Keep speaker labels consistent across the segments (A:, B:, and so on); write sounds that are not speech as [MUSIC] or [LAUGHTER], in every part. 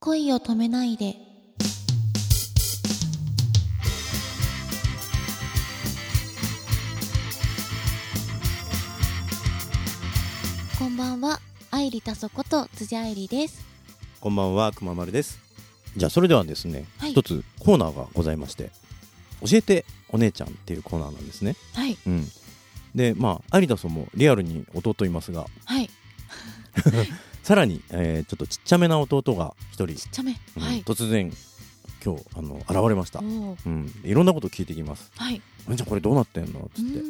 A: 恋を止めないでこんばんは愛理たそこと辻愛理です
B: こんばんは、くままるです。じゃあ、それではですね、
A: はい
B: 一つコーナーがございまして、教えてお姉ちゃんっていうコーナーなんですね。
A: はい
B: うん。で、まあ、有田さんもリアルに弟いますが、
A: はい
B: さらに、えーちょっとちっちゃめな弟が一人
A: ち、っちゃめ、
B: うん
A: はい
B: 突然、今日、あの、現れました
A: お。ー
B: うん。いろんなこと聞いてきます。
A: はい
B: お姉ちゃん、これどうなってんのつ
A: う
B: っ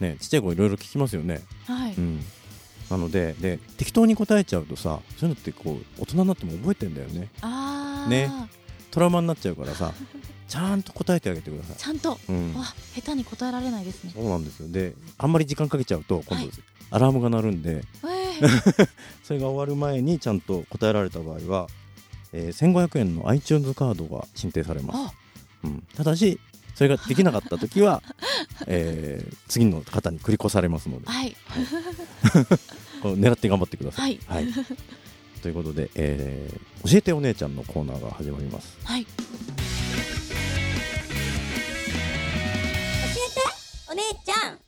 B: て。
A: ん
B: ね、ちっちゃい子いろいろ聞きますよね。
A: はい、
B: うん。なので、で、適当に答えちゃうとさ、そういうのってこう、大人になっても覚えてんだよね。
A: ああ
B: ねトラウマになっちゃうか
A: [LAUGHS]
B: らさちゃんと答えてあげてください
A: ちゃんと、
B: うん
A: わ下手に答えられないですね
B: そうなんですよであんまり時間かけちゃうと今
A: は
B: 度
A: い
B: アラームが鳴るんで
A: え
B: [LAUGHS]
A: ー
B: それが終わる前にちゃんと答えられた場合は、えー、1500円の iTunes カードが申請されます、
A: あ
B: うん、ただしそれができなかった時は、 [LAUGHS] えー次の方に繰り越されますので
A: はい
B: こう狙って頑張ってくださ、
A: はいい
B: はいということで、えー教えてお姉ちゃん」のコーナーが始まります
A: はい
C: 教えてお姉ちゃん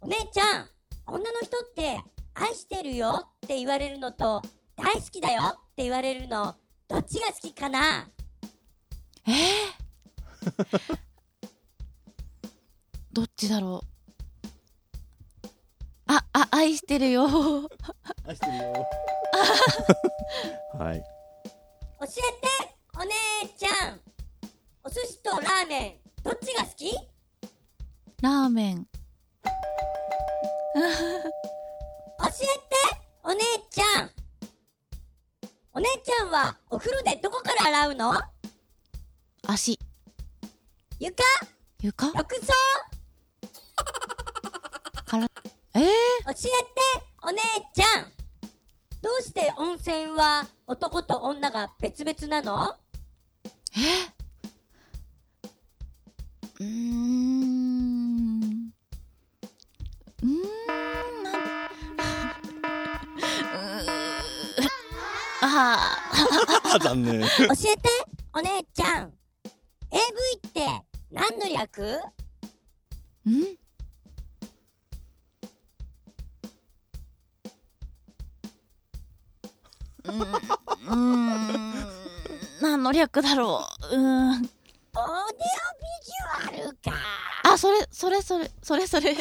C: お姉ちゃん女の人って愛してるよって言われるのと大好きだよって言われるのどっちが好きかな
A: えー、 [LAUGHS] どっちだろうあ、あ、愛してるよ [LAUGHS]
B: 愛してるよ [LAUGHS] はい
C: 教えてお姉ちゃんお寿司とラーメンどっちが好き
A: ラーメン
C: 教えてお姉ちゃんお姉ちゃんはお風呂でどこから洗うの
A: 足
C: 床
A: 床
C: 浴槽
A: からえー、
C: 教えてお姉ちゃんどうして温泉は男と女が別々なの
A: うーんうーん [LAUGHS] なんうーあー
B: あ残 [LAUGHS] 念
C: 教えてお姉ちゃん AV って何の略
A: うんうーん何の略だろううーん
C: オーディオビジュアルか
A: あそれそれそれそれそれ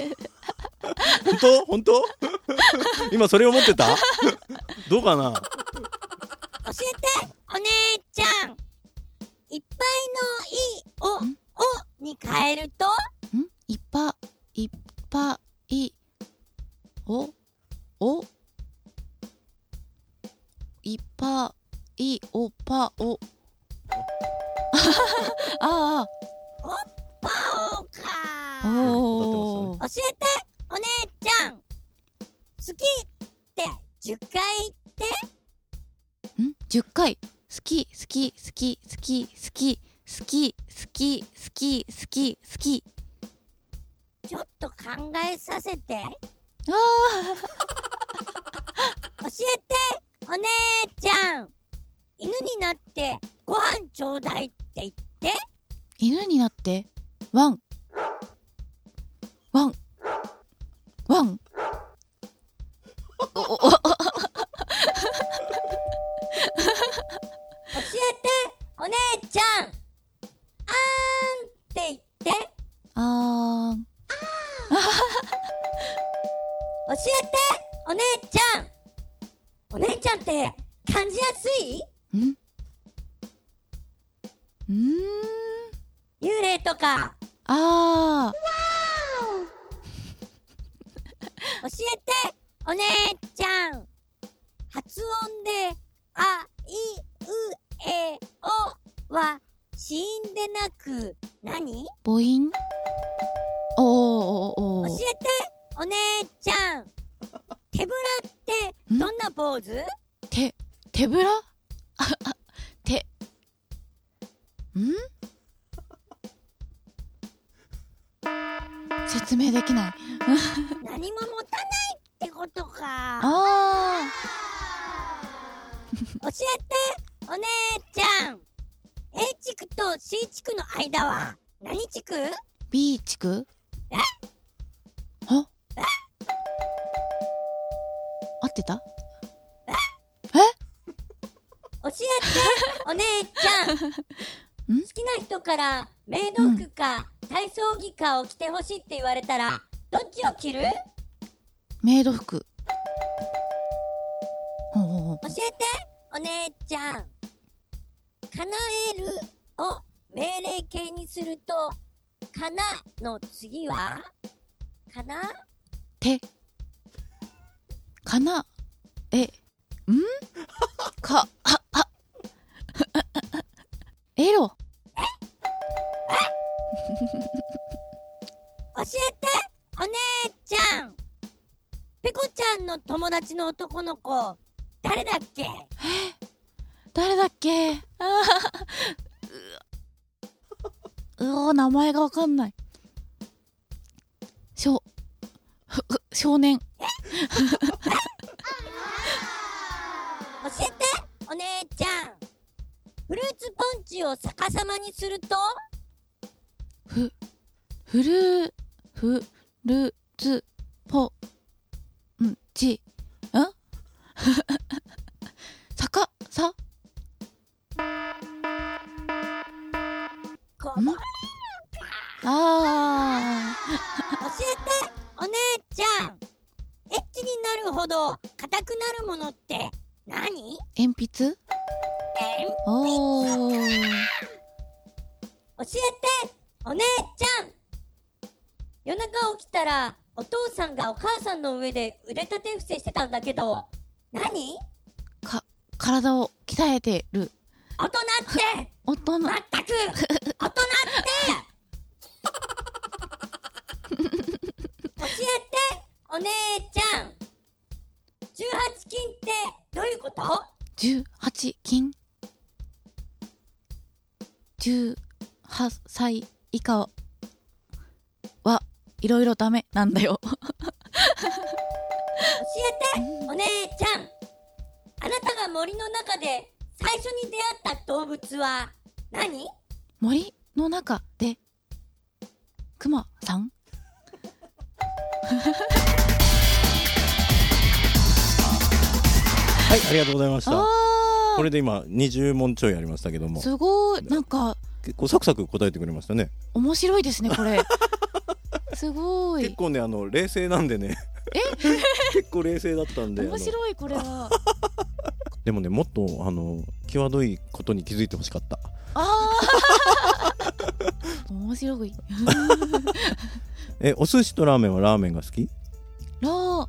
B: 本当本当 [LAUGHS] 今それ思ってたどうかな
C: 教えてお姉ちゃんいっぱいの「い」
A: ん
C: を「お」に変えると
A: んいっぱいっぱいおおいっぱいおぱお [LAUGHS] あ
C: 「パオ」
A: あ
C: か
A: おー
C: 教えてお姉ちゃん好きって10回
A: ん10回好き好き好き好き好き好き好き好き好き好き
C: ちょっと考えさせて
A: あ
C: 教えてお姉ちゃん犬になってご飯ちょうだいって言って
A: 犬になってワンワンワンおおお
C: 教えてお姉ちゃんあーんって言って
A: あー
C: 教えてお姉ちゃんお姉ちゃんって感じやすい
A: んんうーん
C: 幽霊とか
A: あ
C: 教えてお姉ちゃん発音であいうえおは死んでなく何
A: ー母音おーおーお
C: 教え
A: ー
C: てお姉ちゃん手ぶらってどんなポーズ教
A: 手手ぶらあ [LAUGHS] あ手ん説明できない
C: 何も持たないってことか
A: あ
C: [LAUGHS] 教えてお姉ちゃん A 地区と C 地区の間は何地区
A: B 地区
C: え
A: あ合ってた
C: 教えてお姉ちゃん好
A: ん
C: きな人からメイド服か体操着かを着てほしいって言われたらどっちを着る
A: メイド服ほうほうほう
C: 教えてお姉ちゃん叶えるを命令形にすると「かな」の次は「かな」
A: 手かなえん [LAUGHS] か [LAUGHS] ああエロ
C: 教えてお姉ちゃんペコちゃんの友達の男の子誰だっけ
A: 誰だっけ [LAUGHS] あははううお名前がわかんない少ふふ少年
C: 教えてお姉ちゃんフルーツポンチを逆さまにすると
A: フルーフルツポンチん [LAUGHS] 坂さ
C: こ
A: んあー
C: 教えてお姉ちゃんエッチになるほど硬くなるものって何
A: 鉛筆
C: えん教
A: おー
C: えてお姉ちゃん夜中起きたらお父さんがお母さんの上で腕立て伏せしてたんだけど何
A: か体を鍛えてる
C: 大人って
A: 大人
C: まったく大人って教えてお姉ちゃん18金ってどういうこと
A: 18金18歳以下はいろいろダメなんだよ
C: 教えてお姉ちゃんあなたが森の中で最初に出会った動物は何教
A: 森の中でクマさん
B: はいありがとうございました
A: あ
B: これで今20問ちょいありましたけども
A: すごいなんか
B: 結構サクサク答えてくれましたね
A: 面白いですねこ
B: [LAUGHS]
A: れすご
B: 結
A: い
B: 構ねあの冷静なんでね [LAUGHS] 結構冷静だったんであの
A: 面白いこれ
B: [LAUGHS]
A: は
B: でもねもっとあの際どいことに気づいてほしかった
A: あー面白い
B: えお寿司とラーメンはラーメンが好き
A: ラー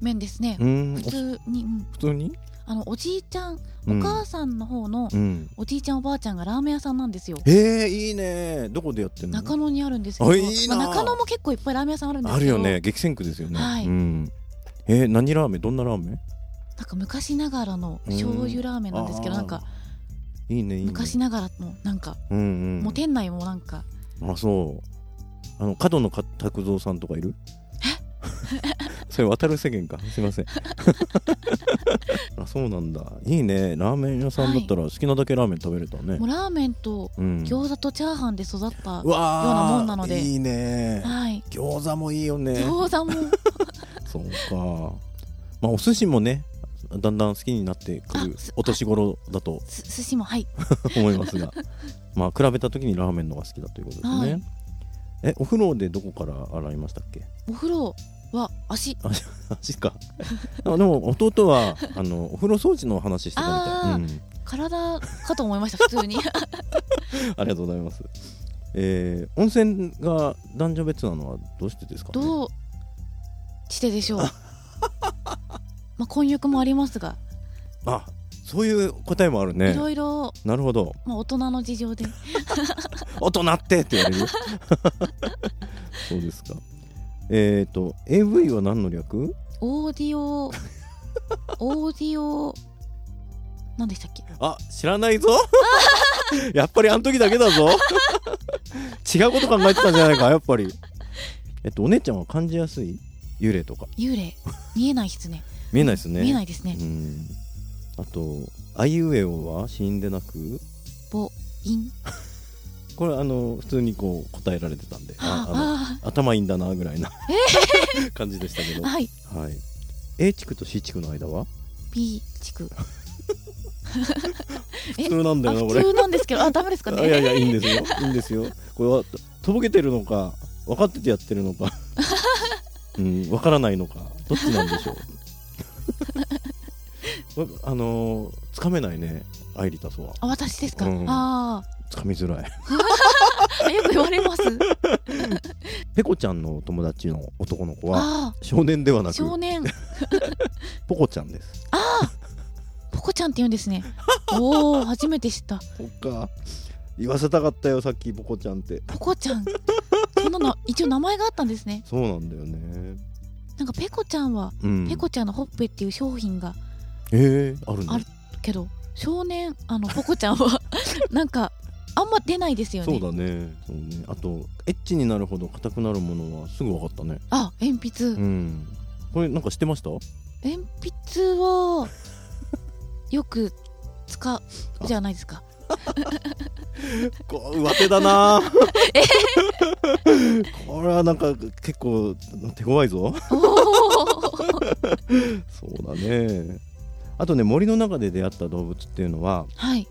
A: メンですね
B: うーんお
A: 普通に、うん、
B: 普通に
A: あのおじいちゃん
B: う
A: お
B: ん
A: 母さんの方の
B: うん
A: おじいちゃんおばあちゃんがラーメン屋さんなんですよ
B: へえいいねどこでやってんの
A: 中野にあるんですけど
B: あいいな
A: まあ、中野も結構いっぱいラーメン屋さんあるんです
B: あ
A: け
B: る
A: ど
B: よね激戦区ですよね、
A: はい
B: うんえー何ラーメンどんなラーメン
A: なんか昔ながらの醤油ラーメンなんですけど
B: あー
A: なんか
B: いいねいいね
A: 昔ながらのなんか
B: うんうん
A: もう店内もなんか
B: あそうあの角野か拓三さんとかいる [LAUGHS] それ渡る世間かすいませ
A: [LAUGHS]
B: んあそうなんだいいねラーメン屋さんだったら好きなだけラーメン食べれたね、
A: もうラーメンと
B: うん
A: 餃子とチャーハンで育った、よう
B: うわー
A: なもんなので
B: いいね
A: はい
B: 餃子もいいよね
A: 餃子も
B: そうかまあお寿司もねだんだん好きになってくる
A: あす
B: お年頃だと
A: す寿司もはい
B: 思いますがまあ比べた時にラーメンの方が好きだということですね、
A: はい
B: えお風呂でどこから洗いましたっけ [LAUGHS]
A: お風呂は足
B: 足かあでも弟はあのお風呂掃除の話してたみたい、
A: 体かと思いました普
B: [LAUGHS]
A: 通に
B: うん、ありがとうございますえー温泉が男女別なのはどうしてですか、ね、
A: どうしてでし
B: [LAUGHS]
A: ょうまあ婚約もありますが
B: あそういう答えもある
A: い
B: ね
A: ろいろ、
B: なるほど
A: まあ、大人の事情で
B: 大人ってって言われ
A: [LAUGHS]
B: るよそうですかえっ、と AV は何の略
A: オーディオオーディオ何でしたっけ
B: あ知らないぞ [LAUGHS] やっぱりあの時だけだぞ [LAUGHS] 違うこと考えてたんじゃないかやっぱりえっとお姉ちゃんは感じやすい幽霊とか
A: 幽霊見えないですね
B: [LAUGHS] 見えないですね
A: 見えないですね
B: うんあと「あいうえお」は死んでなく
A: ぼいん
B: これあの普通にこう答えられてたんでああの
A: あ
B: 頭いいんだなぐらいな [LAUGHS] 感じでしたけど
A: あ、はい
B: はい A 地区と C 地区の間は
A: B 地
B: [LAUGHS]
A: 区え
B: 普通なんだ
A: あ
B: よなこ
A: 普
B: れ
A: 通なんですけどあダメですか
B: あいや
A: ね
B: いやいいんですよいいんですよこれはとぼけてるのか分かっててやってるの
A: [LAUGHS]
B: かうん分からないのかどっちなんで
A: [LAUGHS]
B: しょうわあのーつかめないねアイリタソは
A: あ私ですか、
B: うん
A: あー
B: つかみづらい
A: あよく言われ
B: [LAUGHS]
A: ます
B: ペコちゃんのお友達の男の子は
A: あ
B: 少年では
A: あ
B: なく
A: 少年
B: ポコちゃんです
A: ポコちゃんって言うん
B: [LAUGHS]
A: ですねおお初めて知った
B: そっか言わせたかったよさっきポコちゃんって
A: ポコちゃんそんなの一応名前があったんですね
B: そうなんだよね
A: なんかペコちゃんは、
B: うん
A: ペコちゃんのほっぺっていう商品が
B: えー、あるの
A: あるけど少年あのポコちゃんは [LAUGHS] なんかあんま出ないですよね
B: そうだねそうねあとエッチになるほど硬くなるものはすぐ分かったね
A: あ鉛筆、
B: うんこれなんか知ってました
A: 鉛筆はよく使うじゃないですか
B: こう上手だ [LAUGHS] なこれはなんか結構手強いぞ
A: おー
B: そうだねあとね森の中で出会った動物っていうのは
A: はい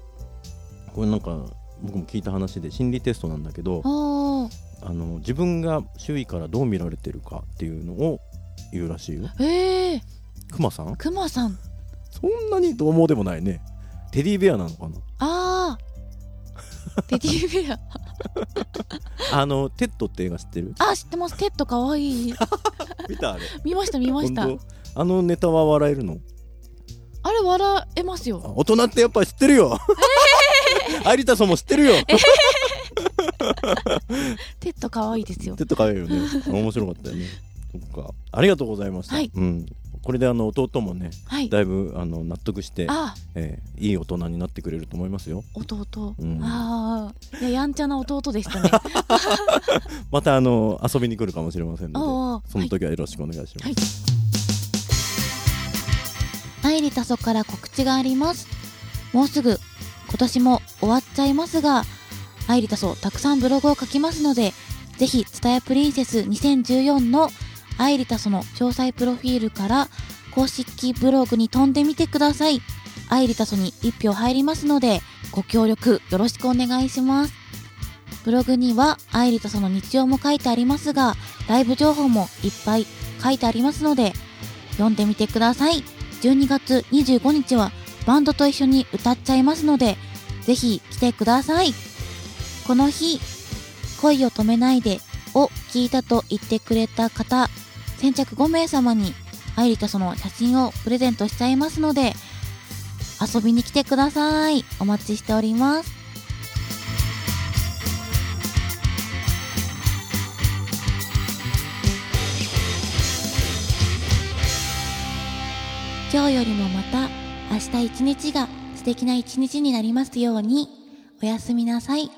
B: これなんか僕も聞いた話で心理テストなんだけど
A: おー
B: あの自分が周囲からどう見られてるかっていうのを言うらしいよ
A: えー、
B: クマさん
A: クマさん
B: そんなにどう猛でもないねテディベアなのかな
A: あーテディベア
B: あのテッドって映画知ってる
A: あ知ってますテッドかわいい
B: 見たあれ
A: 見ました見ました
B: 本当あのネタは笑えるの
A: あれ笑えます
B: あ
A: よ
B: 大人ってやっぱ知って
A: [LAUGHS]
B: るよ有田さんも知ってるよって
A: テッドかわいいですよ
B: 言ってたからよね面白かった
A: [LAUGHS]
B: よねそっかありがとうございました、
A: はい
B: うん、これであの弟もね
A: はい
B: だいぶあの納得して、
A: あ
B: えーいい大人になってくれると思いますよ
A: 弟、
B: うん
A: ああいややんちゃな弟で
B: [LAUGHS]
A: したね
B: またあの遊びに来るかもしれませんの
A: おー
B: でその時はよろしくお願いします、
A: はい愛理多祖から告知がありますもうすぐ今年も終わっちゃいますが愛理多祖たくさんブログを書きますのでぜひ「つたやプリンセス2014」の愛理多祖の詳細プロフィールから公式ブログに飛んでみてください愛理多祖に一票入りますのでご協力よろしくお願いしますブログには愛理多祖の日常も書いてありますがライブ情報もいっぱい書いてありますので読んでみてください12月25日はバンドと一緒に歌っちゃいますのでぜひ来てくださいこの日「恋を止めないで」を聞いたと言ってくれた方先着5名様に愛理とその写真をプレゼントしちゃいますので遊びに来てくださいお待ちしております今日よりもまた明日一日が素敵な一日になりますようにおやすみなさい